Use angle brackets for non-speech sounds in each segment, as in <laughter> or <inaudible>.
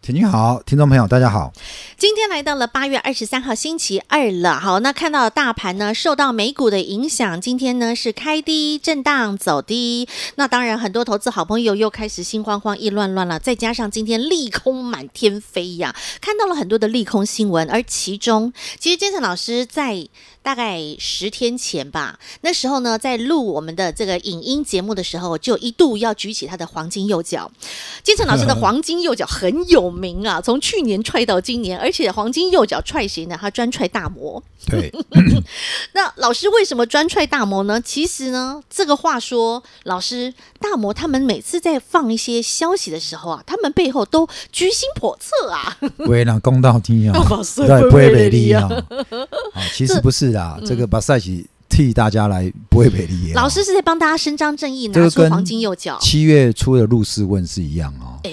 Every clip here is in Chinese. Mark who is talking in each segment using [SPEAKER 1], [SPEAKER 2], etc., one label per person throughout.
[SPEAKER 1] 田君好，听众朋友大
[SPEAKER 2] <laughs>
[SPEAKER 1] 家好。
[SPEAKER 2] 今天来到了八月二十三号星期二了，好，那看到大盘呢受到美股的影响，今天呢是开低震荡走低，那当然很多投资好朋友又开始心慌慌、意乱乱了，再加上今天利空满天飞呀、看到了很多的利空新闻，而其中其实建成老师在大概十天前吧，那时候呢在录我们的这个影音节目的时候，就一度要举起他的黄金右脚，金城老
[SPEAKER 1] <laughs>
[SPEAKER 2] 师的黄金右脚很有名啊，从去年踹到今年，而且黄金右脚踹谁呢？他专踹大魔。
[SPEAKER 1] 对，
[SPEAKER 2] 那老师为什么专踹大魔呢？其实呢，这个话说，老师大魔他们每次在放一些消息的时候啊，他们背后都居心叵测啊。
[SPEAKER 1] 为人公道听啊，
[SPEAKER 2] <laughs> 把赛
[SPEAKER 1] 对，不会美丽
[SPEAKER 2] 啊嗯
[SPEAKER 1] 啊。 <laughs> 啊，其实不是啦，这个把赛奇替大家来不会美丽。
[SPEAKER 2] 老师是在哦帮大家伸张正义，
[SPEAKER 1] 这
[SPEAKER 2] 拿
[SPEAKER 1] 个
[SPEAKER 2] 出
[SPEAKER 1] 跟
[SPEAKER 2] 黄金右脚。
[SPEAKER 1] 啊七月初的入市问是一样哦，
[SPEAKER 2] 哎，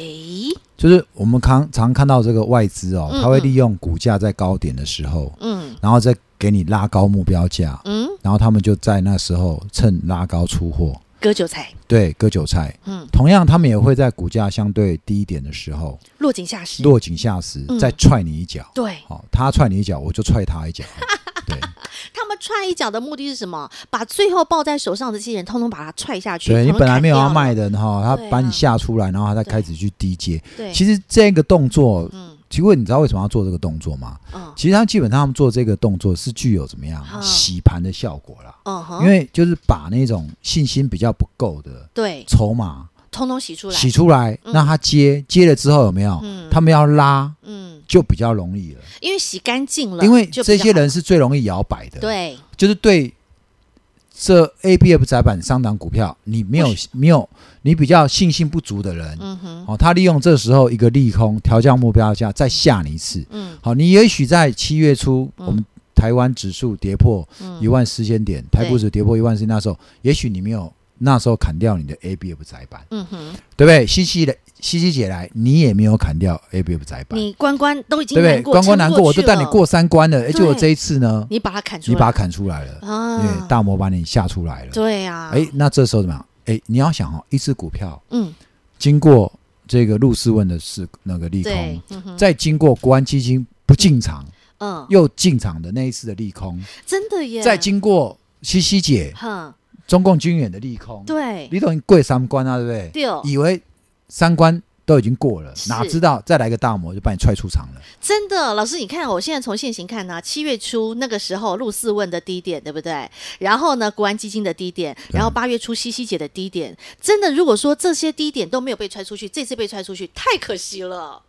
[SPEAKER 1] 就是我们常常看到这个外资哦
[SPEAKER 2] 嗯，
[SPEAKER 1] 它会利用股价在高点的时候，
[SPEAKER 2] 嗯
[SPEAKER 1] 然后再给你拉高目标价，
[SPEAKER 2] 嗯，
[SPEAKER 1] 然后他们就在那时候趁拉高出货，
[SPEAKER 2] 割韭菜，
[SPEAKER 1] 对，割韭菜。
[SPEAKER 2] 嗯，
[SPEAKER 1] 同样，他们也会在股价相对低一点的时候
[SPEAKER 2] 落井下石。
[SPEAKER 1] 落井下石
[SPEAKER 2] 嗯，
[SPEAKER 1] 再踹你一脚。
[SPEAKER 2] 对
[SPEAKER 1] 好、他踹你一脚，我就踹他一
[SPEAKER 2] <laughs>
[SPEAKER 1] 脚。对，
[SPEAKER 2] 他们踹一脚的目的是什么？把最后抱在手上的这些人，通通把他踹下去。
[SPEAKER 1] 所以你
[SPEAKER 2] 通通
[SPEAKER 1] 本来没有要
[SPEAKER 2] 砍掉了
[SPEAKER 1] 卖，的，哈、
[SPEAKER 2] 啊
[SPEAKER 1] 他把你吓出来，然后他再开始去低接。
[SPEAKER 2] 对，
[SPEAKER 1] 其
[SPEAKER 2] 实
[SPEAKER 1] 实这个动作，
[SPEAKER 2] 嗯
[SPEAKER 1] 请问你知道为什么要做这个动作吗？
[SPEAKER 2] 嗯
[SPEAKER 1] 其实他基本上他们做这个动作是具有怎么样
[SPEAKER 2] 啊
[SPEAKER 1] 洗盘的效果啦，
[SPEAKER 2] 嗯哼，
[SPEAKER 1] 因为就是把那种信心比较不够的
[SPEAKER 2] 对，
[SPEAKER 1] 筹码
[SPEAKER 2] 通通洗出来，
[SPEAKER 1] 洗出来，
[SPEAKER 2] 嗯
[SPEAKER 1] 让他接接了之后有没有？
[SPEAKER 2] 嗯
[SPEAKER 1] 他们要拉
[SPEAKER 2] 嗯，
[SPEAKER 1] 就比较容易了，
[SPEAKER 2] 因为洗干净了，
[SPEAKER 1] 因为
[SPEAKER 2] 就比
[SPEAKER 1] 这
[SPEAKER 2] 较
[SPEAKER 1] 些
[SPEAKER 2] 好
[SPEAKER 1] 人是最容易摇摆的。。
[SPEAKER 2] 对
[SPEAKER 1] 就是对这 A B F 窄板上档股票，你没有
[SPEAKER 2] 不
[SPEAKER 1] 没有你比较信心不足的人，
[SPEAKER 2] 嗯哼
[SPEAKER 1] 哦，他利用这时候一个利空调降目标价，再吓你一次。
[SPEAKER 2] 嗯
[SPEAKER 1] 好、你也许在七月初，
[SPEAKER 2] 嗯
[SPEAKER 1] 我们台湾指数跌破
[SPEAKER 2] 嗯
[SPEAKER 1] 一万四千点，台股指跌破一万四，那时候也许你没有那时候砍掉你的 A B F 窄板，
[SPEAKER 2] 嗯哼，
[SPEAKER 1] 对不对？西西的西西姐来，你也没有砍掉 A B F 窄板，
[SPEAKER 2] 你关关都已经
[SPEAKER 1] 对不对？关关难
[SPEAKER 2] 过，
[SPEAKER 1] 我
[SPEAKER 2] 撑
[SPEAKER 1] 都带你
[SPEAKER 2] 去了，
[SPEAKER 1] 过三关了，而哎结果
[SPEAKER 2] 对
[SPEAKER 1] 这一次呢，
[SPEAKER 2] 你把它砍出来，
[SPEAKER 1] 你把它砍出来了。
[SPEAKER 2] 啊
[SPEAKER 1] 对，，哎大摩把你吓出来了。
[SPEAKER 2] 对啊，
[SPEAKER 1] 哎，那这时候怎么样？哎，你要想哦，一只股票
[SPEAKER 2] 嗯，
[SPEAKER 1] 经过这个入市问的是那个利
[SPEAKER 2] 对
[SPEAKER 1] 空，，
[SPEAKER 2] 嗯哼
[SPEAKER 1] 再经过国安基金不进场
[SPEAKER 2] 嗯，
[SPEAKER 1] 又进场的那一次的利空，
[SPEAKER 2] 真的耶，
[SPEAKER 1] 再经过西西姐
[SPEAKER 2] 哼，
[SPEAKER 1] 中共军演的利空，
[SPEAKER 2] 对，
[SPEAKER 1] 你等于过三关啊，对不对？
[SPEAKER 2] 对哦
[SPEAKER 1] 以为三关都已经过了，
[SPEAKER 2] 是
[SPEAKER 1] 哪知道再来个大摩就把你踹出场了。
[SPEAKER 2] 真的，老师，你看我现在从现行看呢、啊七月初那个时候陆四问的低点，对不对？然后呢，国安基金的低点，
[SPEAKER 1] 嗯
[SPEAKER 2] 然后八月初西西姐的低点，真的，如果说这些低点都没有被踹出去，这次被踹出去太可惜了，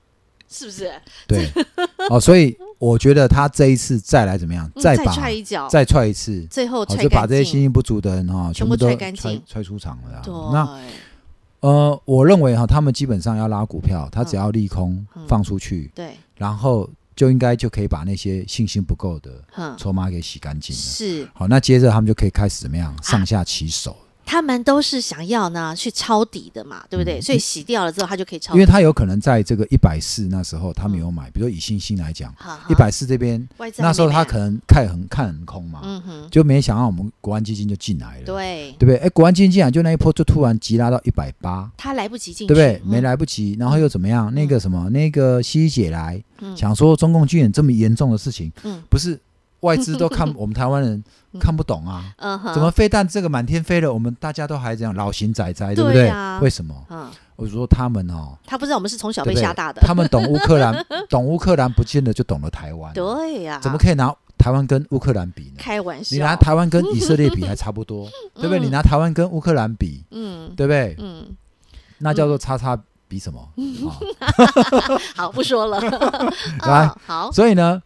[SPEAKER 2] 是不是？
[SPEAKER 1] 对，
[SPEAKER 2] <laughs>
[SPEAKER 1] 哦，所以我觉得他这一次再来怎么样？
[SPEAKER 2] 嗯
[SPEAKER 1] 再
[SPEAKER 2] 再
[SPEAKER 1] 把
[SPEAKER 2] 踹一脚
[SPEAKER 1] 再踹一次，
[SPEAKER 2] 最后
[SPEAKER 1] 好，
[SPEAKER 2] 踹
[SPEAKER 1] 就把
[SPEAKER 2] 哦干
[SPEAKER 1] 这些信
[SPEAKER 2] 净，
[SPEAKER 1] 心不足的人哈，
[SPEAKER 2] 全
[SPEAKER 1] 全
[SPEAKER 2] 部
[SPEAKER 1] 部都
[SPEAKER 2] 踹
[SPEAKER 1] 踹
[SPEAKER 2] 干净
[SPEAKER 1] 踹出场了啦。啊
[SPEAKER 2] 对，
[SPEAKER 1] 那呃，我认为哈，他们基本上要拉股票，他只要利空
[SPEAKER 2] 嗯
[SPEAKER 1] 放出去，
[SPEAKER 2] 对，
[SPEAKER 1] 然后就应该就可以把那些信心不够的
[SPEAKER 2] 哼，
[SPEAKER 1] 筹码给洗干净了。
[SPEAKER 2] 是
[SPEAKER 1] 好，那接着他们就可以开始怎
[SPEAKER 2] 啊
[SPEAKER 1] 么样上下起手，
[SPEAKER 2] 他们都是想要呢去抄底的嘛，对不对？所以洗掉了之后，他就可以抄
[SPEAKER 1] 嗯
[SPEAKER 2] 底。
[SPEAKER 1] 因为他有可能在这个一百四那时候他没有
[SPEAKER 2] 嗯
[SPEAKER 1] 买，比如说以信心来讲，
[SPEAKER 2] 哈哈
[SPEAKER 1] 一百四这边
[SPEAKER 2] 外资还
[SPEAKER 1] 那时候
[SPEAKER 2] 没
[SPEAKER 1] 他
[SPEAKER 2] 买
[SPEAKER 1] 可能看很看很空嘛，
[SPEAKER 2] 嗯哼，
[SPEAKER 1] 就没想到我们国安基金就进来了，
[SPEAKER 2] 对，
[SPEAKER 1] 对不对？哎，国安基金进来就那一波就突然急拉到一百八，
[SPEAKER 2] 他来不及进去，
[SPEAKER 1] 对不对？
[SPEAKER 2] 嗯
[SPEAKER 1] 没来不及，然后又怎么样？那个什么，那个西西姐来
[SPEAKER 2] 嗯
[SPEAKER 1] 想说，中共军演这么严重的事情
[SPEAKER 2] 嗯，
[SPEAKER 1] 不是外资
[SPEAKER 2] <laughs>
[SPEAKER 1] 都看我们台湾人
[SPEAKER 2] 嗯
[SPEAKER 1] 看不懂啊？
[SPEAKER 2] 嗯哼，
[SPEAKER 1] 怎么飞弹这个满天飞了，我们大家都还这样老型仔仔，对不
[SPEAKER 2] 对
[SPEAKER 1] 对
[SPEAKER 2] 啊？
[SPEAKER 1] 为什么？
[SPEAKER 2] 嗯？
[SPEAKER 1] 我说他
[SPEAKER 2] <laughs>
[SPEAKER 1] 们哦，
[SPEAKER 2] 他不知道我们是从小
[SPEAKER 1] 对
[SPEAKER 2] 被
[SPEAKER 1] 不
[SPEAKER 2] 吓
[SPEAKER 1] 对
[SPEAKER 2] 大？的，
[SPEAKER 1] 他们懂乌克兰，懂乌克兰不见得就懂了台湾，
[SPEAKER 2] 对呀、
[SPEAKER 1] 怎么可以拿台湾跟乌克兰比呢？
[SPEAKER 2] 开玩笑？
[SPEAKER 1] 你拿台湾跟以色列比还差不多，对
[SPEAKER 2] <laughs>
[SPEAKER 1] 不对？你拿台湾跟乌克兰比，
[SPEAKER 2] 嗯
[SPEAKER 1] 对不对？
[SPEAKER 2] 嗯，
[SPEAKER 1] 那叫做叉叉比
[SPEAKER 2] <laughs>
[SPEAKER 1] 什么啊？
[SPEAKER 2] 好，不说
[SPEAKER 1] <laughs>
[SPEAKER 2] 了。
[SPEAKER 1] 来
[SPEAKER 2] 嗯，好，
[SPEAKER 1] 所以呢，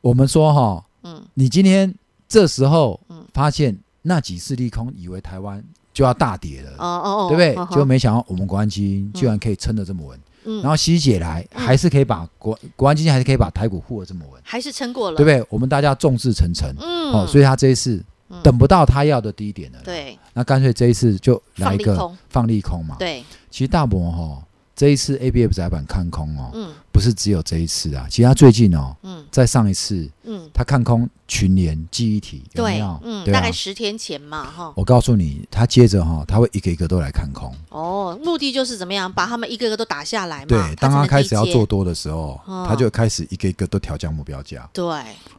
[SPEAKER 1] 我们说哈、
[SPEAKER 2] 嗯，
[SPEAKER 1] 你今天这时候
[SPEAKER 2] 嗯
[SPEAKER 1] 发现那几次利空，以为台湾就要大跌了，
[SPEAKER 2] 哦哦，哦
[SPEAKER 1] 对不对？
[SPEAKER 2] 哦哦
[SPEAKER 1] 结果没想到我们国安基金居然可以撑得这么稳，
[SPEAKER 2] 嗯，
[SPEAKER 1] 然后西姐来、还是可以把国国安基金还是可以把台股护得这么稳，
[SPEAKER 2] 还是撑过了，
[SPEAKER 1] 对不
[SPEAKER 2] 对？
[SPEAKER 1] 对？我们大家众志成城，哦
[SPEAKER 2] 嗯，
[SPEAKER 1] 哦，所以他这一次
[SPEAKER 2] 嗯
[SPEAKER 1] 等不到他要的低点了。，
[SPEAKER 2] 对
[SPEAKER 1] 那干脆这一次就来
[SPEAKER 2] 放
[SPEAKER 1] 一
[SPEAKER 2] 利
[SPEAKER 1] 个
[SPEAKER 2] 空，
[SPEAKER 1] 放利空嘛。，
[SPEAKER 2] 对，
[SPEAKER 1] 其实大摩哈这一次 ABF 窄板看空哦，
[SPEAKER 2] 嗯
[SPEAKER 1] 不是只有这一次啊，其实他最近哦，
[SPEAKER 2] 嗯
[SPEAKER 1] 在上一次
[SPEAKER 2] 嗯，
[SPEAKER 1] 他看空群联记忆体有
[SPEAKER 2] 对
[SPEAKER 1] 没有，？
[SPEAKER 2] 嗯，
[SPEAKER 1] 对
[SPEAKER 2] 大
[SPEAKER 1] 啊
[SPEAKER 2] 概。十天前嘛，哈，
[SPEAKER 1] 我告诉你，他接着哈、他会一个一个都来看空。
[SPEAKER 2] 哦，目的就是怎么样，把他们一个个都打下来嘛，
[SPEAKER 1] 对，
[SPEAKER 2] 他
[SPEAKER 1] 当
[SPEAKER 2] 才
[SPEAKER 1] 他
[SPEAKER 2] 能
[SPEAKER 1] 开
[SPEAKER 2] 低
[SPEAKER 1] 始要
[SPEAKER 2] 接
[SPEAKER 1] 做，多的时候，
[SPEAKER 2] 嗯
[SPEAKER 1] 他就开始一个一个都调降目标价。
[SPEAKER 2] 对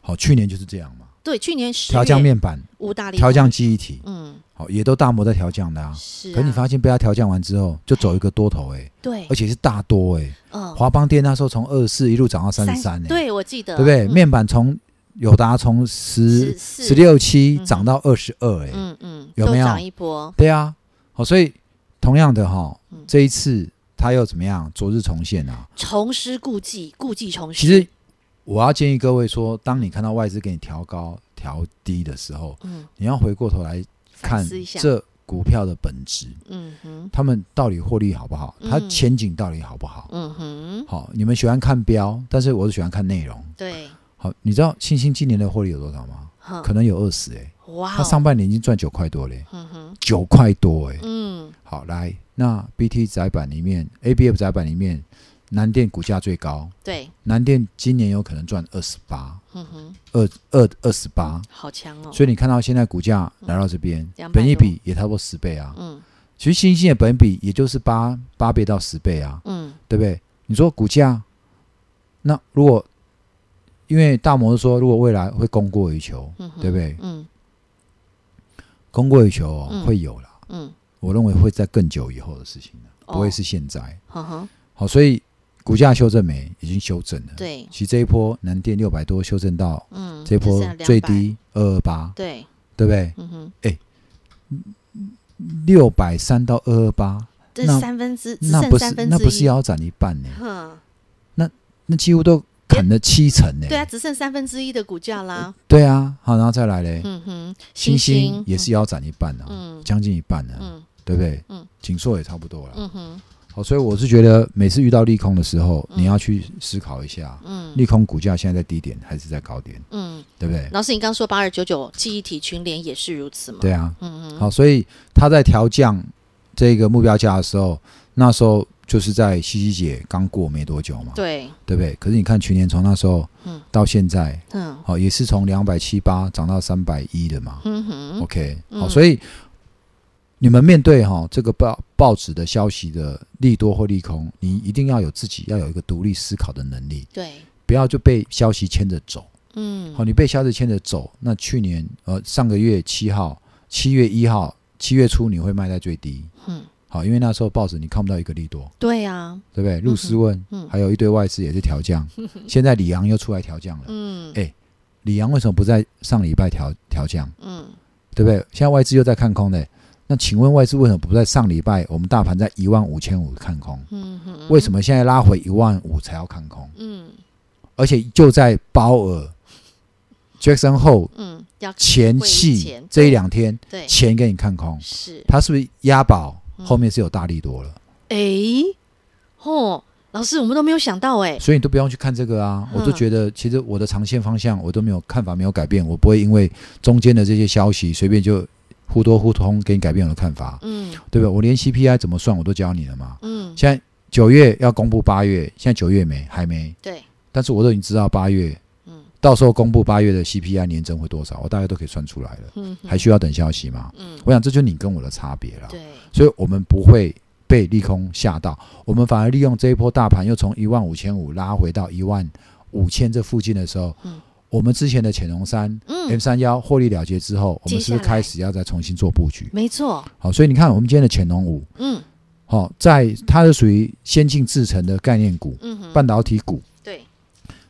[SPEAKER 1] 好，去年就是这样嘛，
[SPEAKER 2] 对，去年十
[SPEAKER 1] 调降
[SPEAKER 2] 月
[SPEAKER 1] 面板、
[SPEAKER 2] 无大利
[SPEAKER 1] 调
[SPEAKER 2] 空，
[SPEAKER 1] 降记忆体，
[SPEAKER 2] 嗯，
[SPEAKER 1] 好，也都大摩在调降的啊。
[SPEAKER 2] 是啊，
[SPEAKER 1] 可你发现被他调降完之后，就走一个多头哎、
[SPEAKER 2] 对
[SPEAKER 1] 而，且是大多哎、
[SPEAKER 2] 嗯，
[SPEAKER 1] 华邦电那时候从二四一路涨到三十三哎，
[SPEAKER 2] 对我记得，
[SPEAKER 1] 对不对？
[SPEAKER 2] 嗯
[SPEAKER 1] 面板从友达从十
[SPEAKER 2] 14
[SPEAKER 1] 十六七
[SPEAKER 2] 嗯
[SPEAKER 1] 涨到二十二哎，
[SPEAKER 2] 嗯嗯，
[SPEAKER 1] 有
[SPEAKER 2] 都
[SPEAKER 1] 没有
[SPEAKER 2] 涨一波？
[SPEAKER 1] 对啊，好，所以同样的哈、
[SPEAKER 2] 嗯
[SPEAKER 1] 这一次他又怎么样？昨日重现啊！
[SPEAKER 2] 重施故技，故技重施。
[SPEAKER 1] 其实我要建议各位说，当你看到外资给你调高、调低的时候，
[SPEAKER 2] 嗯
[SPEAKER 1] 你要回过头来
[SPEAKER 2] 反
[SPEAKER 1] 看
[SPEAKER 2] 思一下
[SPEAKER 1] 这股票的本质，
[SPEAKER 2] 嗯哼，
[SPEAKER 1] 他们到底获利好不好？
[SPEAKER 2] 嗯
[SPEAKER 1] 它前景到底好不好？
[SPEAKER 2] 嗯哼，
[SPEAKER 1] 好，你们喜欢看标，但是我是喜欢看内容。
[SPEAKER 2] 对，
[SPEAKER 1] 好，你知道信心今年的获利有多少吗？
[SPEAKER 2] 哼，
[SPEAKER 1] 可能有二十哎，
[SPEAKER 2] 哇
[SPEAKER 1] 它
[SPEAKER 2] 哦，
[SPEAKER 1] 上半年已经赚九块多嘞，
[SPEAKER 2] 嗯哼，
[SPEAKER 1] 九块多哎。
[SPEAKER 2] 嗯，
[SPEAKER 1] 好，来，那 BT 窄板里面，ABF 窄板里面，南电股价最高，
[SPEAKER 2] 对，
[SPEAKER 1] 南电今年有可能赚二十八，
[SPEAKER 2] 嗯哼，
[SPEAKER 1] 二二二十八，
[SPEAKER 2] 好强哦，嗯
[SPEAKER 1] 所以你看到现在股价来到这边
[SPEAKER 2] 200，
[SPEAKER 1] 本益比也差不多十倍啊。
[SPEAKER 2] 嗯
[SPEAKER 1] 其实新兴的本益比也就是八八倍到十倍啊，
[SPEAKER 2] 嗯，
[SPEAKER 1] 对不对？你说股价，那如果因为大摩说，如果未来会供过于求，
[SPEAKER 2] 嗯哼
[SPEAKER 1] 对不对？
[SPEAKER 2] 嗯
[SPEAKER 1] 供过于求、哦
[SPEAKER 2] 嗯
[SPEAKER 1] 会有啦，
[SPEAKER 2] 嗯，
[SPEAKER 1] 我认为会在更久以后的事情了，
[SPEAKER 2] 哦
[SPEAKER 1] 不会，是现在。
[SPEAKER 2] 嗯哼，
[SPEAKER 1] 好，所以股价修正没，已经修正了。，
[SPEAKER 2] 对，
[SPEAKER 1] 其实这一波南电六百多修正到
[SPEAKER 2] 嗯，
[SPEAKER 1] 这一波
[SPEAKER 2] 只剩
[SPEAKER 1] 最
[SPEAKER 2] 200，
[SPEAKER 1] 低二二八，
[SPEAKER 2] 对，
[SPEAKER 1] 对不对？
[SPEAKER 2] 嗯哼，
[SPEAKER 1] 六百三到二二八，
[SPEAKER 2] 这
[SPEAKER 1] 那
[SPEAKER 2] 三分之只
[SPEAKER 1] 那
[SPEAKER 2] 剩
[SPEAKER 1] 不是
[SPEAKER 2] 三分之
[SPEAKER 1] 那
[SPEAKER 2] 一，
[SPEAKER 1] 不是腰斩一半呢、
[SPEAKER 2] 哼，
[SPEAKER 1] 那几乎都砍了七成呢、
[SPEAKER 2] 对啊，只剩三分之一的股价啦，
[SPEAKER 1] 对啊，好，然后再来嘞，
[SPEAKER 2] 嗯哼，
[SPEAKER 1] 星星
[SPEAKER 2] 星
[SPEAKER 1] 也是，腰斩一半啊，
[SPEAKER 2] 嗯
[SPEAKER 1] 将近一半啊，
[SPEAKER 2] 嗯
[SPEAKER 1] 对不对？
[SPEAKER 2] 嗯，
[SPEAKER 1] 紧缩也差不多了。
[SPEAKER 2] 嗯哼，
[SPEAKER 1] 好，所以我是觉得每次遇到利空的时候，
[SPEAKER 2] 嗯
[SPEAKER 1] 你要去思考一下，
[SPEAKER 2] 嗯
[SPEAKER 1] 利空股价现在在低点还是在高点，
[SPEAKER 2] 嗯，
[SPEAKER 1] 对不对？
[SPEAKER 2] 老师，你刚刚说八二九九记忆体群联也是如此吗？
[SPEAKER 1] 对啊，
[SPEAKER 2] 嗯哼，
[SPEAKER 1] 好，所以他在调降这个目标价的时候，那时候就是在西西姐刚过没多久嘛，
[SPEAKER 2] 对，
[SPEAKER 1] 对不对？可是你看去年从那时候
[SPEAKER 2] 嗯
[SPEAKER 1] 到现在，哦
[SPEAKER 2] 嗯
[SPEAKER 1] 好，也是从两百七八涨到三百一的嘛。
[SPEAKER 2] 嗯哼，
[SPEAKER 1] OK，好，
[SPEAKER 2] 嗯
[SPEAKER 1] 所以你们面对哈、这个报报纸的消息的利多或利空，你一定要有自己要有一个独立思考的能力，
[SPEAKER 2] 对，
[SPEAKER 1] 不要就被消息牵着走。
[SPEAKER 2] 嗯，
[SPEAKER 1] 好，你被消息牵着走，那去年呃上个月七号、七月一号、七月初你会卖在最低，
[SPEAKER 2] 嗯，
[SPEAKER 1] 好，因为那时候报纸你看不到一个利多，
[SPEAKER 2] 对啊，
[SPEAKER 1] 对不对？路思问，
[SPEAKER 2] 嗯
[SPEAKER 1] 还有一堆外资也是
[SPEAKER 2] <laughs>
[SPEAKER 1] 调降，现在李阳又出来调降了。
[SPEAKER 2] 嗯
[SPEAKER 1] 哎李阳为什么不在上礼拜调调降？
[SPEAKER 2] 嗯，
[SPEAKER 1] 对不对？现在外资又在看空呢，那请问外资为什么不在上礼拜我们大盘在一万五千五看空？
[SPEAKER 2] 嗯哼，
[SPEAKER 1] 为什么现在拉回一万五才要看空？
[SPEAKER 2] 嗯
[SPEAKER 1] 而且就在鲍尔、Jackson 后
[SPEAKER 2] 嗯，要
[SPEAKER 1] 前
[SPEAKER 2] 会
[SPEAKER 1] 戏
[SPEAKER 2] 前
[SPEAKER 1] 这一两天
[SPEAKER 2] 对
[SPEAKER 1] 前给你看空，
[SPEAKER 2] 是，
[SPEAKER 1] 它是不是押宝？
[SPEAKER 2] 嗯
[SPEAKER 1] 后面是有大力多了，
[SPEAKER 2] 哎，哦，老师，我们都没有想到哎，
[SPEAKER 1] 所以你都不用去看这个啊。
[SPEAKER 2] 嗯
[SPEAKER 1] 我就觉得其实我的长线方向我都没有看法，没有改变，我不会因为中间的这些消息随便就互多互通给你改变我的看法，
[SPEAKER 2] 嗯
[SPEAKER 1] 对不对？我连 CPI 怎么算我都教你了嘛。
[SPEAKER 2] 嗯，
[SPEAKER 1] 现在九月要公布八月，现在九月没还没，
[SPEAKER 2] 对，
[SPEAKER 1] 但是我都已经知道八月，
[SPEAKER 2] 嗯
[SPEAKER 1] 到时候公布八月的 CPI 年增会多少，我大概都可以算出来了，
[SPEAKER 2] 嗯，
[SPEAKER 1] 还需要等消息吗？
[SPEAKER 2] 嗯
[SPEAKER 1] 我想这就是你跟我的差别了，
[SPEAKER 2] 对，
[SPEAKER 1] 所以我们不会被利空吓到，我们反而利用这一波大盘又从一万五千五拉回到一万五千这附近的时候，
[SPEAKER 2] 嗯
[SPEAKER 1] 我们之前的潜龙山。M
[SPEAKER 2] 嗯，
[SPEAKER 1] 三幺获利了结之后，我
[SPEAKER 2] 接
[SPEAKER 1] 们是不
[SPEAKER 2] 下
[SPEAKER 1] 是开
[SPEAKER 2] 来
[SPEAKER 1] 始要再重新做布局？
[SPEAKER 2] 没错，
[SPEAKER 1] 好，所以你看我们今天的潜龙五，
[SPEAKER 2] 嗯
[SPEAKER 1] 好、在它是属于先进制程的概念股，
[SPEAKER 2] 嗯哼，
[SPEAKER 1] 半导体股。
[SPEAKER 2] 对，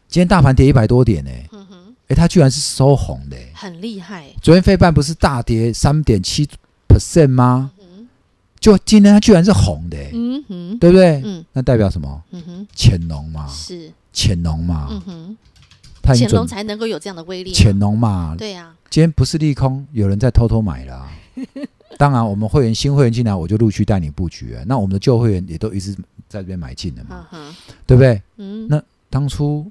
[SPEAKER 1] 今天大盘跌一百多点呢、诶
[SPEAKER 2] 嗯哼，
[SPEAKER 1] 它居然是收红的、诶
[SPEAKER 2] 很厉害，
[SPEAKER 1] 昨天费半不是大跌三点七 percent 吗？
[SPEAKER 2] 嗯
[SPEAKER 1] 就今天它居然是红的、诶
[SPEAKER 2] 嗯哼，
[SPEAKER 1] 对不对？
[SPEAKER 2] 嗯
[SPEAKER 1] 那代表什么？
[SPEAKER 2] 嗯哼，
[SPEAKER 1] 潜龙嘛，
[SPEAKER 2] 是，
[SPEAKER 1] 潜龙嘛，
[SPEAKER 2] 嗯哼，
[SPEAKER 1] 它已经
[SPEAKER 2] 乾隆
[SPEAKER 1] 准
[SPEAKER 2] 才能够有这样的威力嘛，
[SPEAKER 1] 潜龙嘛。
[SPEAKER 2] 对啊呀，
[SPEAKER 1] 今天不是利空，有人在偷偷买
[SPEAKER 2] <laughs>
[SPEAKER 1] 了啊、当然，我们会员新会员进来，我就陆续带你布局、啊。那我们的旧会员也都一直在这边买
[SPEAKER 2] 啊
[SPEAKER 1] 进了嘛，
[SPEAKER 2] 嗯哼，
[SPEAKER 1] 对不对？
[SPEAKER 2] 嗯
[SPEAKER 1] 那当初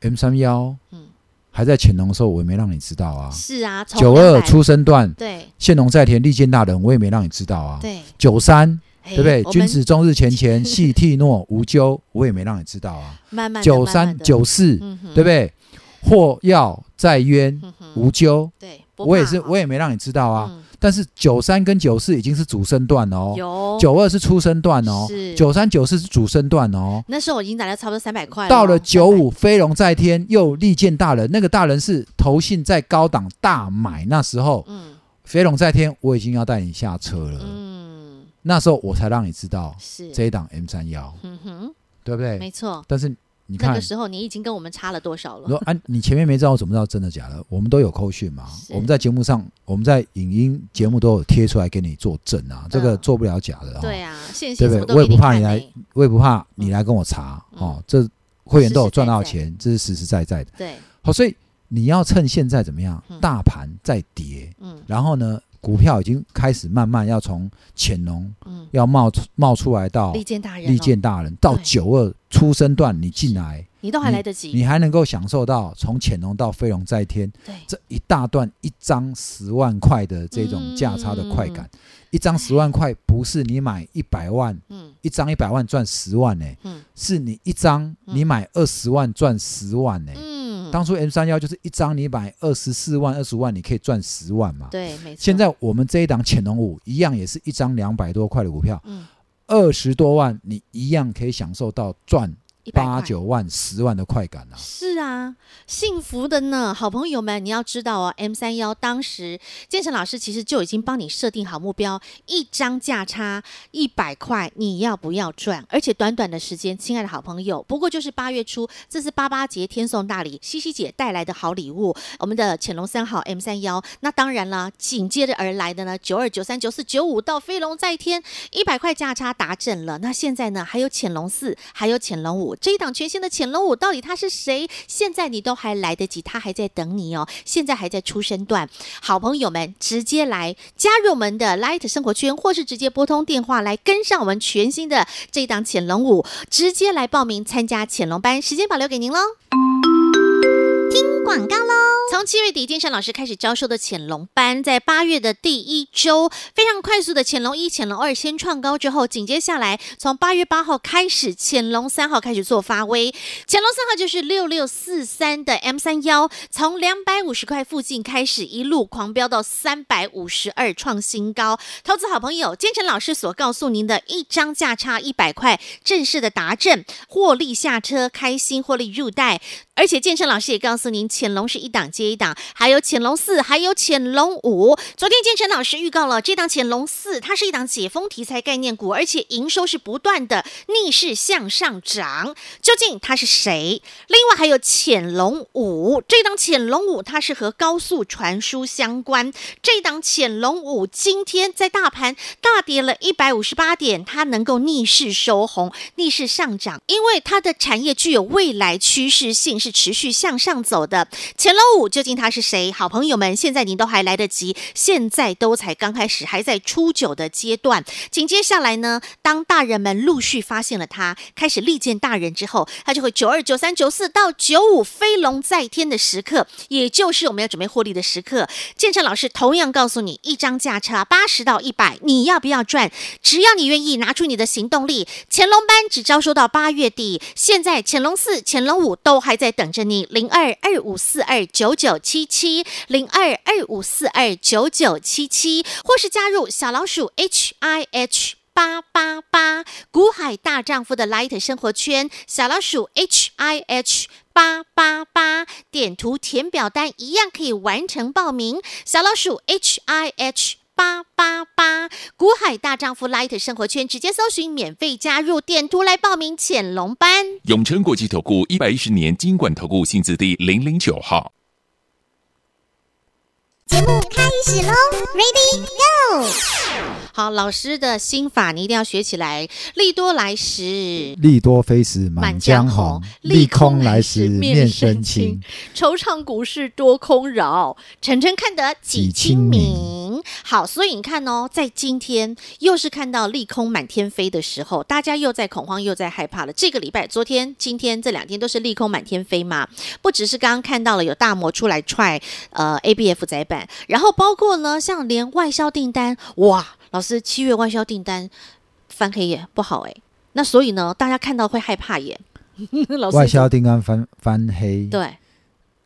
[SPEAKER 1] M 三幺，
[SPEAKER 2] 嗯
[SPEAKER 1] 还还在潜龙的时候，我也没让你知道啊。
[SPEAKER 2] 是啊，从
[SPEAKER 1] 九二
[SPEAKER 2] 200
[SPEAKER 1] 出生段，
[SPEAKER 2] 对
[SPEAKER 1] 现龙在天，利见大人，我也没让你知道啊。
[SPEAKER 2] 对，哎
[SPEAKER 1] 九三，
[SPEAKER 2] 对
[SPEAKER 1] 对不对？君子终日前
[SPEAKER 2] 是
[SPEAKER 1] 乾，系涕诺无咎，我也没让你知道啊。
[SPEAKER 2] <laughs> 慢慢地
[SPEAKER 1] 九三、，九四，
[SPEAKER 2] 慢慢地嗯哼
[SPEAKER 1] 对不对？或要在冤
[SPEAKER 2] 嗯哼
[SPEAKER 1] 无咎，
[SPEAKER 2] 对，不
[SPEAKER 1] 我也
[SPEAKER 2] 怕
[SPEAKER 1] 是，
[SPEAKER 2] 哈
[SPEAKER 1] 我也没让你知道啊。
[SPEAKER 2] 嗯
[SPEAKER 1] 但是九三跟九四已经是主升段哦，
[SPEAKER 2] 有
[SPEAKER 1] 九二是出生段哦
[SPEAKER 2] 是，
[SPEAKER 1] 九三九四是主升段哦。
[SPEAKER 2] 那时候我已经打了差不多三百块
[SPEAKER 1] 到了
[SPEAKER 2] 哦
[SPEAKER 1] 九，
[SPEAKER 2] 300
[SPEAKER 1] 五，飞龙在天，又利见大人。那个大人是投信在高档大买，那时候
[SPEAKER 2] 嗯
[SPEAKER 1] 飞龙在天，我已经要带你下车了。
[SPEAKER 2] 嗯
[SPEAKER 1] 那时候我才让你知道
[SPEAKER 2] 是，
[SPEAKER 1] 呃这一档 M 三幺，
[SPEAKER 2] 嗯哼，
[SPEAKER 1] 对不对？
[SPEAKER 2] 没错。
[SPEAKER 1] 但是你
[SPEAKER 2] 那
[SPEAKER 1] 看
[SPEAKER 2] 个，时候你已经跟我们差了多少
[SPEAKER 1] 说
[SPEAKER 2] 了？
[SPEAKER 1] 啊，你前面没知道，我怎么知道真的假的？我们都有扣讯嘛，
[SPEAKER 2] 是
[SPEAKER 1] 我们在节目上，我们在影音节目都有贴出来给你作证啊，这个做不了假的、哦。
[SPEAKER 2] 嗯对啊，现行
[SPEAKER 1] 对不
[SPEAKER 2] 什么
[SPEAKER 1] 对
[SPEAKER 2] 都
[SPEAKER 1] 我也
[SPEAKER 2] 给
[SPEAKER 1] 不怕
[SPEAKER 2] 看
[SPEAKER 1] 你来
[SPEAKER 2] 欸
[SPEAKER 1] 我也不怕你来跟我查、
[SPEAKER 2] 嗯
[SPEAKER 1] 哦，这会员都有赚到
[SPEAKER 2] 实实在
[SPEAKER 1] 钱，这是实实在在的。
[SPEAKER 2] 对，
[SPEAKER 1] 好，所以你要趁现在怎么样
[SPEAKER 2] 嗯，
[SPEAKER 1] 大盘在跌，
[SPEAKER 2] 嗯
[SPEAKER 1] 然后呢，股票已经开始慢慢要从潜龙
[SPEAKER 2] 嗯，
[SPEAKER 1] 要冒出冒出来到
[SPEAKER 2] 利剑大人，
[SPEAKER 1] 哦利，剑大人到
[SPEAKER 2] 对
[SPEAKER 1] 九二出生段，你进来，
[SPEAKER 2] 你都还来得及，
[SPEAKER 1] 你还能够享受到从潜龙到飞龙在天
[SPEAKER 2] 对，
[SPEAKER 1] 这一大段一张十万块的这种价差的快感。一张十万块不是你买一百万，
[SPEAKER 2] 嗯
[SPEAKER 1] 一张一百万赚十万呢、
[SPEAKER 2] 嗯
[SPEAKER 1] 是你一张
[SPEAKER 2] 嗯
[SPEAKER 1] 你买二十万赚十万呢、
[SPEAKER 2] 嗯，
[SPEAKER 1] 当初 M 三幺就是一张你买二十四万、二十万，你可以赚十万嘛。
[SPEAKER 2] 对，没错。
[SPEAKER 1] 现在我们这一档潜龙五一样也是一张两百多块的股票，
[SPEAKER 2] 嗯，
[SPEAKER 1] 二十多万你一样可以享受到赚
[SPEAKER 2] 一百
[SPEAKER 1] 八
[SPEAKER 2] 块。
[SPEAKER 1] 九万、十万的快感啊！
[SPEAKER 2] 是啊，幸福的呢，好朋友们，你要知道哦，M 三幺当时建成老师其实就已经帮你设定好目标，一张价差一百块，你要不要赚？而且短短的时间，亲爱的好朋友，不过就是八月初，这是八八节天送大礼，西西姐带来的好礼物，我们的潜龙三号 M 三幺。那当然啦，紧接着而来的呢，九二、九三、九四、九五到飞龙在天，一百块价差达阵了。那现在呢，还有潜龙四，还有潜龙五，这一档全新的潜龙五到底它是谁？现在你都还来得及，它还在等你哦，现在还在出生段。好朋友们，直接来加入我们的 Light 生活圈，或是直接拨通电话来跟上我们全新的这一档潜龙五，直接来报名参加潜龙班，时间保留给您喽。广告喽！从七月底，建山老师开始教授的潜龙班，在八月的第一周，非常快速的潜龙一、潜龙二先创高之后，紧接下来从八月八号开始，潜龙三号开始做发威。潜龙三号就是六六四三的 M 三幺，从两百五十块附近开始一路狂飙到三百五十二，创新高。投资好朋友，建成老师所告诉您的一张价差一百块，正式的达阵，获利下车，开心获利入袋。而且建成老师也告诉您，潜龙是一档接一档，还有潜龙四，还有潜龙五。昨天建成老师预告了这档潜龙四，它是一档解封题材概念股，而且营收是不断的逆势向上涨。究竟它是谁？另外还有潜龙五，这档潜龙五它是和高速传输相关。这档潜龙五今天在大盘大跌了一百五十八点，它能够逆势收红，逆势上涨，因为它的产业具有未来趋势性，是持续向上走的。潜龙五究竟它是谁？好朋友们，现在您都还来得及，现在都才刚开始，还在初九的阶段。紧接下来呢，当大人们陆续发现了它，开始力荐大人之后，它就会九二、九三、九四到九五飞龙在天的时刻，也就是我们要准备获利的时刻。建成老师同样告诉你，一张价差八十到一百，你要不要赚？只要你愿意拿出你的行动力，潜龙班只招收到八月底，现在潜龙四、潜龙五都还在等着你，零二二五四二九九七七，零二二五四二九九七七，或是加入小老鼠 H I H。八八八，古海大丈夫的 Light 生活圈，小老鼠 H I H 八八八，点图填表单一样可以完成报名，小老鼠 H I H 八八八，古海大丈夫 Light 生活圈，直接搜寻免费加入，点图来报名潜龙班。
[SPEAKER 3] 永诚国际投顾一百一十年金管投顾新字第零零九号。
[SPEAKER 2] 好，老师的心法你一定要学起来，利多来时。
[SPEAKER 1] 利多非时满江红，利空来时面
[SPEAKER 2] 生
[SPEAKER 1] 生
[SPEAKER 2] 青
[SPEAKER 1] 青。，
[SPEAKER 2] 惆怅股市多空扰，晨晨看得几清
[SPEAKER 1] 几清
[SPEAKER 2] 明。行，好，所以你看哦，在今天又是看到利空满天飞的时候，大家又在恐慌，又在害怕了。这个礼拜，昨天、今天这两天都是利空满天飞嘛，不只是刚刚看到了有大摩出来踹呃 ABF 窄板，然后包括呢，像连外销订单，哇，老师七月外销订单翻黑耶，不好哎。那所以呢，大家看到会害怕耶。老师，
[SPEAKER 1] 外销订单翻翻黑，
[SPEAKER 2] 对，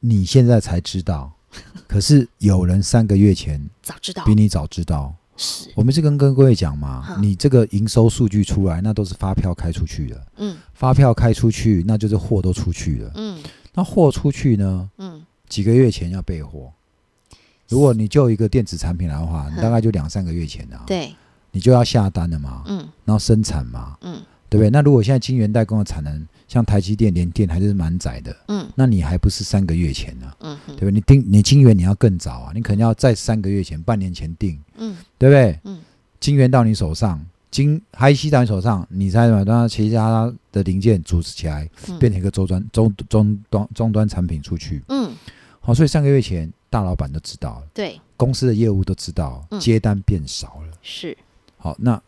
[SPEAKER 1] 你现在才知 <laughs> 道，可是有人三个月前
[SPEAKER 2] 早知道
[SPEAKER 1] 比你早知道。
[SPEAKER 2] 是，
[SPEAKER 1] 我们是跟跟各位讲嘛，
[SPEAKER 2] 嗯
[SPEAKER 1] 你这个营收数据出来，那都是发票开出去的，
[SPEAKER 2] 嗯
[SPEAKER 1] 发票开出去，那就是货都出去了。
[SPEAKER 2] 嗯
[SPEAKER 1] 那货出去呢，
[SPEAKER 2] 嗯，
[SPEAKER 1] 几个月前要备货。如果你就一个电子产品来的话，
[SPEAKER 2] 嗯
[SPEAKER 1] 你大概就两三个月前啊，
[SPEAKER 2] 对，
[SPEAKER 1] 你就要下单了嘛，
[SPEAKER 2] 嗯
[SPEAKER 1] 然后生产嘛，
[SPEAKER 2] 嗯
[SPEAKER 1] 对不对？那如果现在晶圆代工的产能，像台积电、联电还是蛮窄的，
[SPEAKER 2] 嗯
[SPEAKER 1] 那你还不是三个月前呢、
[SPEAKER 2] 嗯嗯
[SPEAKER 1] 对不对？你定你晶圆你要更早啊，你可能要在三个月前、半年前定，
[SPEAKER 2] 嗯
[SPEAKER 1] 对不对？
[SPEAKER 2] 嗯，
[SPEAKER 1] 晶圆到你手上，晶 IC 到你手上，你才把它其他的零件组织起来，
[SPEAKER 2] 嗯，
[SPEAKER 1] 变成一个周端终终端终端产品出去。
[SPEAKER 2] 嗯，
[SPEAKER 1] 好，所以上个月前大老板都知道了，
[SPEAKER 2] 对，
[SPEAKER 1] 公司的业务都知道
[SPEAKER 2] 嗯，
[SPEAKER 1] 接单变少了。
[SPEAKER 2] 是，
[SPEAKER 1] 好，那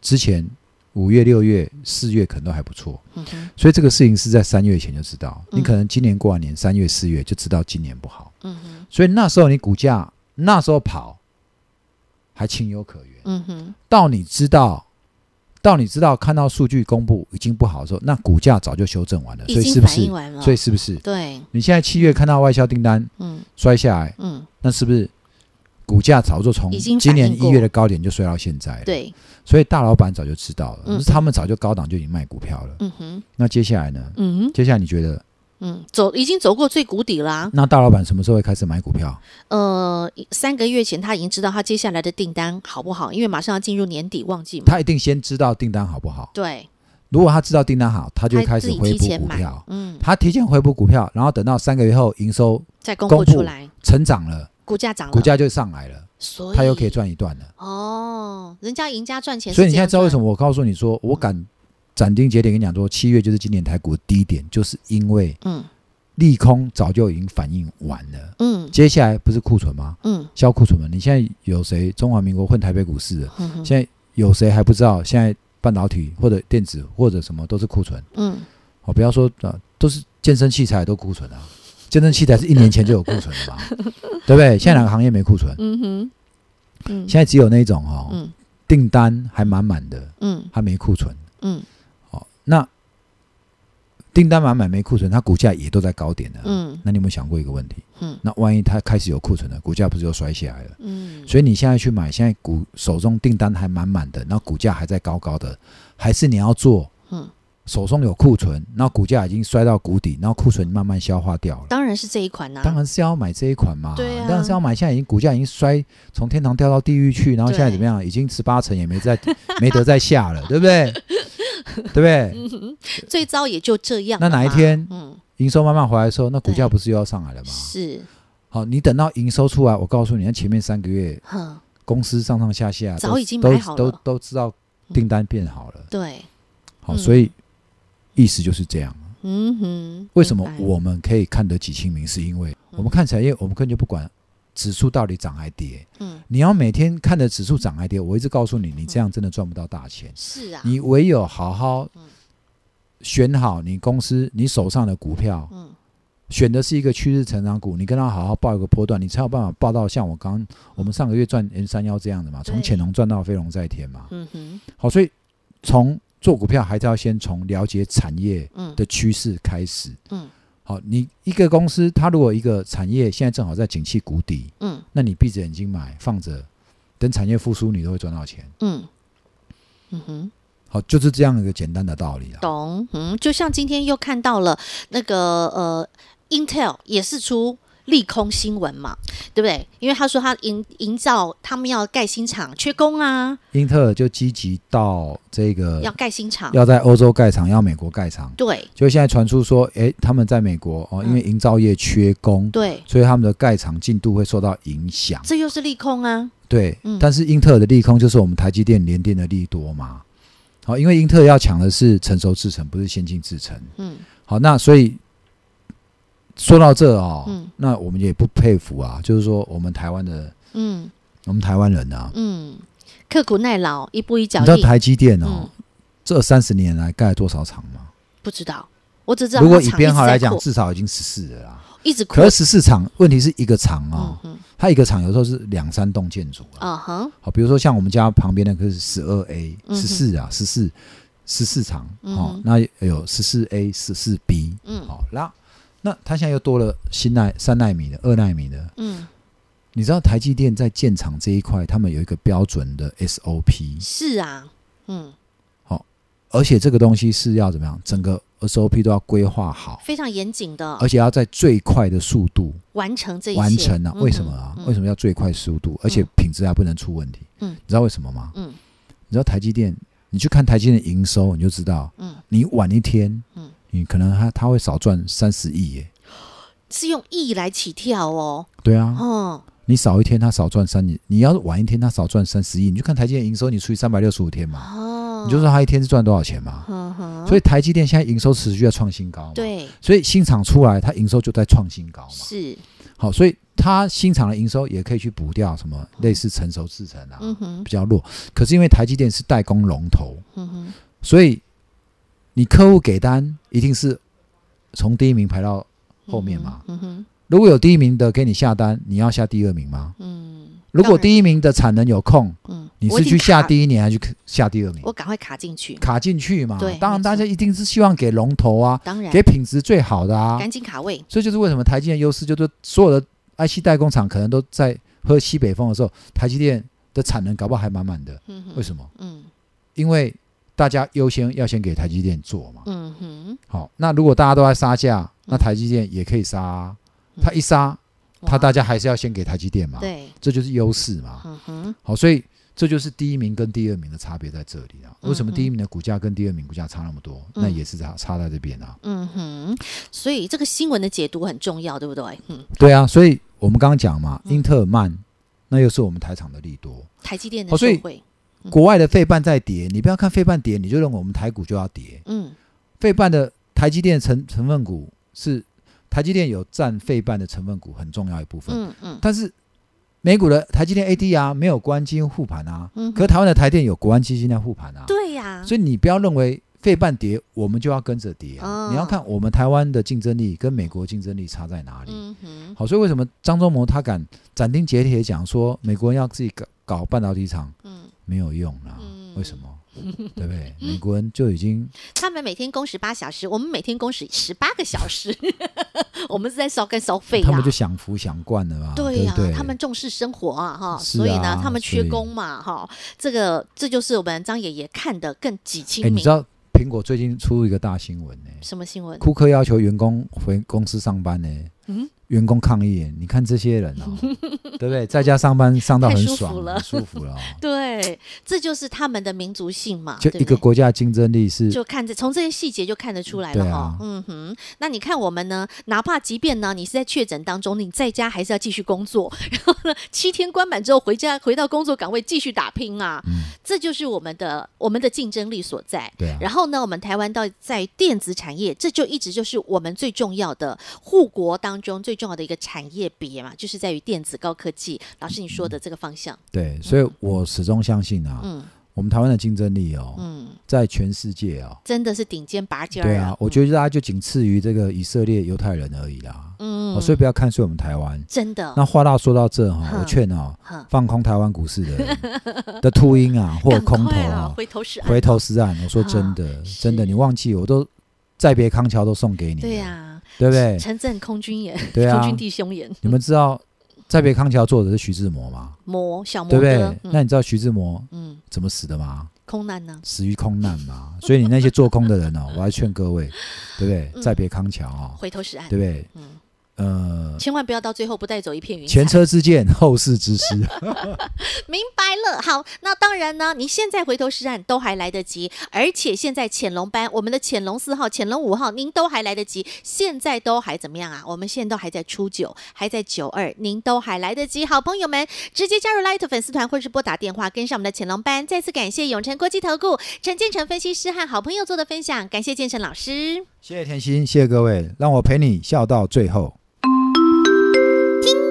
[SPEAKER 1] 之前五月、六月、四月可能都还不错，
[SPEAKER 2] 嗯哼，
[SPEAKER 1] 所以这个事情是在三月前就知道，
[SPEAKER 2] 嗯
[SPEAKER 1] 你可能今年过完年三月、四月就知道今年不好，
[SPEAKER 2] 嗯哼，
[SPEAKER 1] 所以那时候你股价那时候跑还情有可原，
[SPEAKER 2] 嗯哼，
[SPEAKER 1] 到你知道。到你知道看到数据公布已经不好的时候，那股价早就修正完了，所
[SPEAKER 2] 已
[SPEAKER 1] 以是
[SPEAKER 2] 经
[SPEAKER 1] 不
[SPEAKER 2] 反应
[SPEAKER 1] 是？
[SPEAKER 2] 完了，
[SPEAKER 1] 所以是不是？
[SPEAKER 2] 对，
[SPEAKER 1] 你现在七月看到外销订单
[SPEAKER 2] 嗯
[SPEAKER 1] 摔下来，
[SPEAKER 2] 嗯，
[SPEAKER 1] 那是不是股价早就从
[SPEAKER 2] 已经反
[SPEAKER 1] 今年
[SPEAKER 2] 应过
[SPEAKER 1] 一月的高点就摔到现在了？，
[SPEAKER 2] 对，
[SPEAKER 1] 所以大老板早就知道了，
[SPEAKER 2] 嗯
[SPEAKER 1] 可是他们早就高档就已经卖股票了。
[SPEAKER 2] 嗯哼，
[SPEAKER 1] 那接下来呢？
[SPEAKER 2] 嗯
[SPEAKER 1] 接下来你觉得
[SPEAKER 2] 嗯，走已经走过最谷底啦、
[SPEAKER 1] 那大老板什么时候会开始买股票？
[SPEAKER 2] 呃，三个月前他已经知道他接下来的订单好不好，因为马上要进入年底旺季嘛。
[SPEAKER 1] 他一定先知道订单好不好。
[SPEAKER 2] 对，
[SPEAKER 1] 如果他知道订单好，他就会
[SPEAKER 2] 他
[SPEAKER 1] 开
[SPEAKER 2] 自
[SPEAKER 1] 始
[SPEAKER 2] 己
[SPEAKER 1] 回
[SPEAKER 2] 提
[SPEAKER 1] 补
[SPEAKER 2] 前
[SPEAKER 1] 股
[SPEAKER 2] 买
[SPEAKER 1] 票，。
[SPEAKER 2] 嗯，
[SPEAKER 1] 他提前回补股票，然后等到三个月后营收
[SPEAKER 2] 再公
[SPEAKER 1] 公
[SPEAKER 2] 布出
[SPEAKER 1] 布
[SPEAKER 2] 来，
[SPEAKER 1] 成长了，
[SPEAKER 2] 股价涨了，
[SPEAKER 1] 股价就上来了，
[SPEAKER 2] 所以
[SPEAKER 1] 他又可以赚一段了。
[SPEAKER 2] 哦，人家赢家赚钱是这
[SPEAKER 1] 所以
[SPEAKER 2] 样赚，
[SPEAKER 1] 你现在知道为什
[SPEAKER 2] 么？
[SPEAKER 1] 么我告诉你说，我敢斩钉截铁跟你讲说，七月就是今年台股的低点，就是因为
[SPEAKER 2] 嗯
[SPEAKER 1] 利空早就已经反应完了。
[SPEAKER 2] 嗯
[SPEAKER 1] 接下来不是库存吗？
[SPEAKER 2] 嗯
[SPEAKER 1] 消库存吗？你现在有谁中华民国混台北股市的？
[SPEAKER 2] 嗯哼
[SPEAKER 1] 现在有谁还不知道？现在半导体或者电子或者什么都是库存
[SPEAKER 2] 嗯，
[SPEAKER 1] 哦，不要说呃，都是健身器材都库存啊，健身器材是一年前就有库存
[SPEAKER 2] <laughs>
[SPEAKER 1] 的嘛，对不对？现在哪个行业没库存？
[SPEAKER 2] 嗯哼，嗯
[SPEAKER 1] 现在只有那种哦，
[SPEAKER 2] 嗯
[SPEAKER 1] 订单还满满的，
[SPEAKER 2] 嗯
[SPEAKER 1] 它没库存。
[SPEAKER 2] 嗯
[SPEAKER 1] 哦，那订单满满没库存，它股价也都在高点的。，
[SPEAKER 2] 嗯
[SPEAKER 1] 那你有没有想过一个问题？
[SPEAKER 2] 嗯
[SPEAKER 1] 那万一它开始有库存了，股价不是又摔下来了？
[SPEAKER 2] 嗯，
[SPEAKER 1] 所以你现在去买，现在股手中订单还满满的，那股价还在高高的，还是你要做？
[SPEAKER 2] 嗯，
[SPEAKER 1] 手中有库存，那股价已经摔到谷底，然后库存慢慢消化掉了。
[SPEAKER 2] 当然是这一款啊呐、
[SPEAKER 1] 当然是要买这一款嘛，
[SPEAKER 2] 对啊
[SPEAKER 1] 当然是要买。现在已经股价已经摔从天堂掉到地狱去，然后现在怎么样？已经十八层也没再 <laughs> 没得再下了，对不对？对不
[SPEAKER 2] 嗯
[SPEAKER 1] 对？
[SPEAKER 2] 最糟也就这样
[SPEAKER 1] 那
[SPEAKER 2] 了嘛。
[SPEAKER 1] 哪一天
[SPEAKER 2] 嗯，
[SPEAKER 1] 营收慢慢回来的时候，那股价
[SPEAKER 2] 对
[SPEAKER 1] 不是又要上来了吗？
[SPEAKER 2] 是，
[SPEAKER 1] 好，你等到营收出来，我告诉你，那前面三个月
[SPEAKER 2] 哼，
[SPEAKER 1] 公司上上下下
[SPEAKER 2] 早
[SPEAKER 1] 都
[SPEAKER 2] 已经
[SPEAKER 1] 都
[SPEAKER 2] 买好
[SPEAKER 1] 都
[SPEAKER 2] 了
[SPEAKER 1] 都知道订单变好了，
[SPEAKER 2] 对，
[SPEAKER 1] 好，
[SPEAKER 2] 嗯
[SPEAKER 1] 所以意思就是这样。
[SPEAKER 2] 嗯哼。
[SPEAKER 1] 为什么
[SPEAKER 2] 明白？嗯
[SPEAKER 1] 我们可以看得起清明？是因为我们看产业，我们根本就不管指数到底涨还跌。
[SPEAKER 2] 嗯，
[SPEAKER 1] 你要每天看着指数涨还跌，我一直告诉你，你这样真的赚不到大钱。
[SPEAKER 2] 是啊，
[SPEAKER 1] 你唯有好好
[SPEAKER 2] 嗯
[SPEAKER 1] 选好你公司你手上的股票，
[SPEAKER 2] 嗯
[SPEAKER 1] 选的是一个趋势成长股，你跟它好好报一个波段，你才有办法报到像我刚我们上个月赚 N 三幺这样的嘛，从
[SPEAKER 2] 嗯对
[SPEAKER 1] 潜龙赚到飞龙在天嘛。
[SPEAKER 2] 嗯哼，
[SPEAKER 1] 好，所以从做股票还是要先从了解产业
[SPEAKER 2] 嗯
[SPEAKER 1] 的趋势开始。
[SPEAKER 2] 嗯
[SPEAKER 1] 好，你一个公司，它如果一个产业现在正好在景气谷底，
[SPEAKER 2] 嗯
[SPEAKER 1] 那你闭着眼睛买放着，等产业复苏，你都会赚到钱。
[SPEAKER 2] 嗯嗯哼，
[SPEAKER 1] 好，就是这样一个简单的道理啦。
[SPEAKER 2] 懂，嗯，就像今天又看到了那个呃，Intel 也是出。利空新闻嘛，对不对？因为他说他营营造他们要盖新厂，缺工啊，
[SPEAKER 1] 英特尔就积极到这个
[SPEAKER 2] 要盖新厂，
[SPEAKER 1] 要在欧洲盖厂，要美国盖厂。
[SPEAKER 2] 对
[SPEAKER 1] 就现在传出说，诶，他们在美国哦，因为营造业缺工，
[SPEAKER 2] 嗯对，
[SPEAKER 1] 所以他们的盖厂进度会受到影响。
[SPEAKER 2] 这又是利空啊，
[SPEAKER 1] 对，
[SPEAKER 2] 嗯
[SPEAKER 1] 但是英特尔的利空就是我们台积电、联电的利多嘛。好，因为英特尔要抢的是成熟制程，不是先进制程。
[SPEAKER 2] 嗯
[SPEAKER 1] 好，那所以说到这哦，
[SPEAKER 2] 嗯
[SPEAKER 1] 那我们也不佩服啊，就是说我们台湾的
[SPEAKER 2] 嗯，
[SPEAKER 1] 我们台湾人啊，
[SPEAKER 2] 嗯，刻苦耐劳，一步一脚
[SPEAKER 1] 你知道
[SPEAKER 2] 印。
[SPEAKER 1] 台积电哦，
[SPEAKER 2] 嗯，
[SPEAKER 1] 这三十年来盖了多少厂吗？
[SPEAKER 2] 不知道，我只知道
[SPEAKER 1] 如果
[SPEAKER 2] 它
[SPEAKER 1] 以
[SPEAKER 2] 厂
[SPEAKER 1] 编号
[SPEAKER 2] 一直在
[SPEAKER 1] 来讲，
[SPEAKER 2] 扩
[SPEAKER 1] 至少已经十四了啦。
[SPEAKER 2] 一直扩
[SPEAKER 1] 可是十四厂，问题是一个厂哦，
[SPEAKER 2] 嗯
[SPEAKER 1] 它一个厂有时候是两三栋建筑啊。
[SPEAKER 2] 嗯哼，
[SPEAKER 1] 好，比如说像我们家旁边那个是十二 A、
[SPEAKER 2] 嗯哼
[SPEAKER 1] 十四啊、十四、十四厂，哦
[SPEAKER 2] 嗯哼，
[SPEAKER 1] 那有十四 A、十四 B，
[SPEAKER 2] 嗯
[SPEAKER 1] 好，那那它现在又多了新奈三奈米的、二奈米的。
[SPEAKER 2] 嗯，
[SPEAKER 1] 你知道台积电在建厂这一块，他们有一个标准的 SOP，
[SPEAKER 2] 是啊，嗯，
[SPEAKER 1] 而且这个东西是要怎么样，整个 SOP 都要规划好，
[SPEAKER 2] 非常严谨的
[SPEAKER 1] 而且要在最快的速度
[SPEAKER 2] 完成这一切嗯
[SPEAKER 1] 哦完成啊。为什么啊？为什
[SPEAKER 2] 么？
[SPEAKER 1] 么要最快速度？而且品质还不能出问题。
[SPEAKER 2] 嗯
[SPEAKER 1] 你知道为什么吗？
[SPEAKER 2] 嗯
[SPEAKER 1] 你知道台积电，你去看台积电的营收，你就知道，
[SPEAKER 2] 嗯，
[SPEAKER 1] 你晚一天，
[SPEAKER 2] 嗯
[SPEAKER 1] 你可能它它会少赚三十亿耶。
[SPEAKER 2] 是用亿来起跳哦，
[SPEAKER 1] 对啊，
[SPEAKER 2] 哦，
[SPEAKER 1] 你少一天，它少赚三，你要是晚一天，它少赚三十亿，你去看台积电营收，你除以三百六十五天嘛，
[SPEAKER 2] 哦，
[SPEAKER 1] 你就说它一天是赚多少钱嘛。
[SPEAKER 2] 嗯哼，
[SPEAKER 1] 所以台积电现在营收持续在创新高嘛，，
[SPEAKER 2] 对，
[SPEAKER 1] 所以新厂出来，它营收就在创新高嘛。
[SPEAKER 2] 是，
[SPEAKER 1] 好，所以它新厂的营收也可以去补掉什么类似成熟制程啊，
[SPEAKER 2] 嗯哼，
[SPEAKER 1] 比较弱。可是因为台积电是代工龙头，
[SPEAKER 2] 嗯哼，
[SPEAKER 1] 所以你客户给单一定是从第一名排到后面嘛。
[SPEAKER 2] 嗯哼，
[SPEAKER 1] 如果有第一名的给你下单，你要下第二名吗？
[SPEAKER 2] 嗯，
[SPEAKER 1] 如果第一名的产能有空，
[SPEAKER 2] 嗯，
[SPEAKER 1] 你
[SPEAKER 2] 我
[SPEAKER 1] 是
[SPEAKER 2] 一定
[SPEAKER 1] 去下
[SPEAKER 2] 卡，
[SPEAKER 1] 第一名还是去下第二名
[SPEAKER 2] 我？赶快卡进去，
[SPEAKER 1] 卡进去嘛
[SPEAKER 2] 对。
[SPEAKER 1] 当然，
[SPEAKER 2] 没错
[SPEAKER 1] 大家一定是希望给龙头啊，
[SPEAKER 2] 当然，
[SPEAKER 1] 给品质最好的啊。
[SPEAKER 2] 赶紧卡位，
[SPEAKER 1] 所以就是为什么台积电优势，就是所有的 IC 代工厂可能都在喝西北风的时候，台积电的产能搞不好还满满的。
[SPEAKER 2] 嗯哼，
[SPEAKER 1] 为什么？
[SPEAKER 2] 嗯
[SPEAKER 1] 因为大家优先要先给台积电做嘛。
[SPEAKER 2] 嗯哼，
[SPEAKER 1] 好，那如果大家都在杀价，那台积电也可以杀、啊，它一杀，它
[SPEAKER 2] 哇
[SPEAKER 1] 大家还是要先给台积电
[SPEAKER 2] 嗯
[SPEAKER 1] 嘛，
[SPEAKER 2] 对，
[SPEAKER 1] 这就是优势嘛。
[SPEAKER 2] 嗯哼，
[SPEAKER 1] 好，所以这就是第一名跟第二名的差别在这里啊。为什么
[SPEAKER 2] 嗯
[SPEAKER 1] 第一名的股价跟第二名股价差那么多？
[SPEAKER 2] 嗯
[SPEAKER 1] 那也是差差在这边啊。
[SPEAKER 2] 嗯哼，所以这个新闻的解读很重要，对不对？嗯，
[SPEAKER 1] 对啊，所以我们刚刚讲嘛，
[SPEAKER 2] 嗯
[SPEAKER 1] 英特尔慢，那又是我们台厂的利多。
[SPEAKER 2] 台积电的
[SPEAKER 1] 哦所以
[SPEAKER 2] 受惠，嗯
[SPEAKER 1] 国外的费半在跌，你不要看费半跌，你就认为我们台股就要跌。
[SPEAKER 2] 嗯
[SPEAKER 1] 费半的台积电成成分股是台积电有占费半的成分股很重要一部分，
[SPEAKER 2] 嗯嗯
[SPEAKER 1] 但是美股的台积电 ADR 没有国安基金护盘啊，
[SPEAKER 2] 嗯哼，
[SPEAKER 1] 可是台湾的台电有国安基金在护盘啊，
[SPEAKER 2] 对呀，
[SPEAKER 1] 所以你不要认为费半跌，我们就要跟着跌啊，
[SPEAKER 2] 哦
[SPEAKER 1] 你要看我们台湾的竞争力跟美国竞争力差在哪里。
[SPEAKER 2] 嗯哼，
[SPEAKER 1] 好，所以为什么张忠谋他敢斩钉截铁讲说美国人要自己搞搞半导体厂
[SPEAKER 2] 嗯，
[SPEAKER 1] 没有用啦、
[SPEAKER 2] 嗯
[SPEAKER 1] 为什么？对不对？美国人就
[SPEAKER 2] <laughs>
[SPEAKER 1] 已经
[SPEAKER 2] 他们每天工十八小时，我们每天工时十八个小时， <laughs> 我们是在烧干烧肺呀、
[SPEAKER 1] 他们就享福享惯了嘛，
[SPEAKER 2] 对
[SPEAKER 1] 不对？
[SPEAKER 2] 他们重视生活啊，哈，
[SPEAKER 1] 是
[SPEAKER 2] 所以呢
[SPEAKER 1] 啊，
[SPEAKER 2] 他们缺
[SPEAKER 1] 所以
[SPEAKER 2] 工嘛，哈，这个这就是我们张爷爷看得更几清
[SPEAKER 1] 哎，
[SPEAKER 2] 明。嗯
[SPEAKER 1] 你知道苹果最近出一个大新闻呢、
[SPEAKER 2] 什么新闻？
[SPEAKER 1] 库克要求员工回公司上班呢、
[SPEAKER 2] 嗯
[SPEAKER 1] 员工抗议、欸，你看这些人
[SPEAKER 2] <laughs>
[SPEAKER 1] 哦，对不对？在家上班上到很
[SPEAKER 2] 太舒服
[SPEAKER 1] 爽，
[SPEAKER 2] 了
[SPEAKER 1] 很舒服
[SPEAKER 2] <laughs>
[SPEAKER 1] 了哦、
[SPEAKER 2] 对，这就是他们的民族性嘛，
[SPEAKER 1] 就
[SPEAKER 2] 对
[SPEAKER 1] 一
[SPEAKER 2] 不
[SPEAKER 1] 个
[SPEAKER 2] 对
[SPEAKER 1] 国家的竞争力是
[SPEAKER 2] 就看这从这些细节就看得出来了
[SPEAKER 1] 对
[SPEAKER 2] 哈、
[SPEAKER 1] 啊
[SPEAKER 2] 嗯哼，那你看我们呢，哪怕即便呢你是在确诊当中，你在家还是要继续工作， <laughs> 然后呢七天关满之后回家回到工作岗位继续打拼啊，
[SPEAKER 1] 嗯
[SPEAKER 2] 这就是我们的我们的竞争力所在。
[SPEAKER 1] 对啊，
[SPEAKER 2] 然后呢，我们台湾到在电子产业，这就一直就是我们最重要的护国当中最重要的一个产业别嘛，就是在于电子高科技。老师你说的这个方向，
[SPEAKER 1] 对，所以我始终相信啊，
[SPEAKER 2] 嗯
[SPEAKER 1] 我们台湾的竞争力哦，
[SPEAKER 2] 嗯，
[SPEAKER 1] 在全世界哦，
[SPEAKER 2] 真的是顶尖拔尖儿
[SPEAKER 1] 对啊，我觉得大家就仅次于这个以色列犹太人而已啦。
[SPEAKER 2] 嗯，
[SPEAKER 1] 哦，所以不要看衰我们台湾。
[SPEAKER 2] 真的
[SPEAKER 1] 那话到说到这哈、
[SPEAKER 2] 哼
[SPEAKER 1] 我劝啊、
[SPEAKER 2] 哼
[SPEAKER 1] 放空台湾股市的
[SPEAKER 2] <laughs>
[SPEAKER 1] 人的秃鹰啊，或者
[SPEAKER 2] 赶
[SPEAKER 1] 空头
[SPEAKER 2] 快
[SPEAKER 1] 啊，
[SPEAKER 2] 回头是岸，
[SPEAKER 1] 回头是岸。我说真的，
[SPEAKER 2] 是
[SPEAKER 1] 真的，你忘记我都再别康桥都送给你了，
[SPEAKER 2] 对呀、
[SPEAKER 1] 对不
[SPEAKER 2] <laughs>
[SPEAKER 1] 对？
[SPEAKER 2] 城镇空军也，
[SPEAKER 1] 对啊
[SPEAKER 2] 空军弟 <laughs> 兄也，
[SPEAKER 1] 你们知道再别康桥作者是徐志摩吗？
[SPEAKER 2] 摩小摩
[SPEAKER 1] 对不对
[SPEAKER 2] 哥，？嗯
[SPEAKER 1] 那你知道徐志摩
[SPEAKER 2] 嗯，
[SPEAKER 1] 怎么死的吗？
[SPEAKER 2] 空难呢？
[SPEAKER 1] 死于空难嘛。 <laughs> 所以你那些做空的人哦，我还劝各位，对不对？
[SPEAKER 2] 嗯
[SPEAKER 1] 再别康桥啊、
[SPEAKER 2] 回头是岸，
[SPEAKER 1] 对不对？
[SPEAKER 2] 嗯，
[SPEAKER 1] 呃，
[SPEAKER 2] 千万不要到最后不带走一片云彩。
[SPEAKER 1] 前车之鉴，后事之师。 <laughs>
[SPEAKER 2] <laughs> 明白了，好，那当然呢，你现在回头是岸都还来得及，而且现在潜龙班，我们的潜龙四号、潜龙五号，您都还来得及，现在都还怎么样啊？我们现在都还在初九，还在九二，您都还来得及，好朋友们，直接加入 Light 粉丝团或是拨打电话跟上我们的潜龙班。再次感谢永诚国际投顾陈建成分析师和好朋友做的分享，感谢建成老师。
[SPEAKER 1] 谢谢甜心，谢谢各位，让我陪你笑到最后。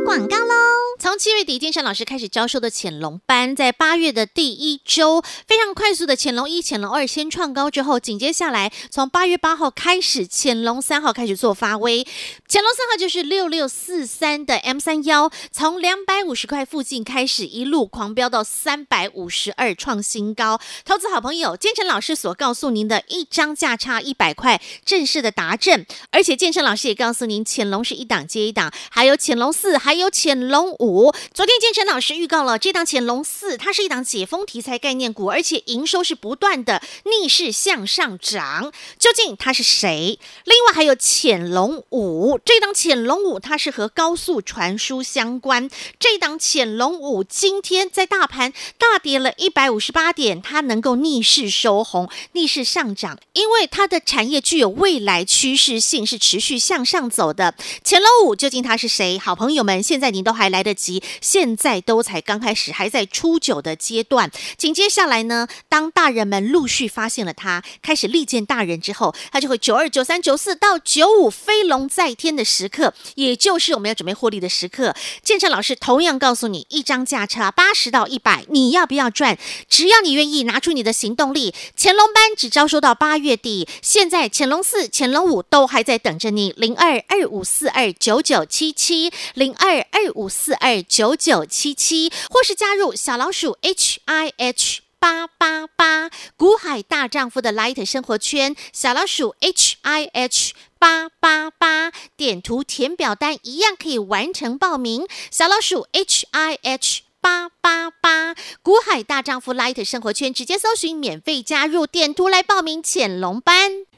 [SPEAKER 2] 广告喽！从从七月底金山老师开始教授的潜龙班，在八月的第一周，非常快速的潜龙一、潜龙二先创高之后，紧接下来从八月八号开始，潜龙三号开始做发威，潜龙三号就是六六四三的 M 三幺，从两百五十块附近开始一路狂飙到三百五十二，创新高。投资好朋友，建成老师所告诉您的一张价差一百块，正式的达阵，而且建成老师也告诉您，潜龙是一档接一档，还有潜龙四，还有潜龙五。昨天建成老师预告了这档潜龙四，它是一档解封题材概念股，而且营收是不断的逆势向上涨。究竟它是谁？另外还有潜龙五，这档潜龙五它是和高速传输相关。这档潜龙五今天在大盘大跌了一百五十八点，它能够逆势收红、逆势上涨，因为它的产业具有未来趋势性，是持续向上走的。潜龙五究竟它是谁？好朋友们，现在您都还来得及，现在都才刚开始，还在初九的阶段。紧接下来呢，当大人们陆续发现了它，开始力荐大人之后，它就会九二、九三、九四到九五飞龙在天的时刻，也就是我们要准备获利的时刻。建成老师同样告诉你，一张价差八十到一百，你要不要赚？只要你愿意拿出你的行动力，潜龙班只招收到八月底，现在潜龙四、潜龙五都还在等着你，零二二五四二九九七七，零二二五四二九九七七，或是加入小老鼠 H I H。八八八，古海大丈夫的 Light 生活圈，小老鼠 H I H 八八八，点图填表单一样可以完成报名，小老鼠 H I H。八八八，古海大丈夫 Light 生活圈，直接搜寻免费加入，点图来报名潜龙班。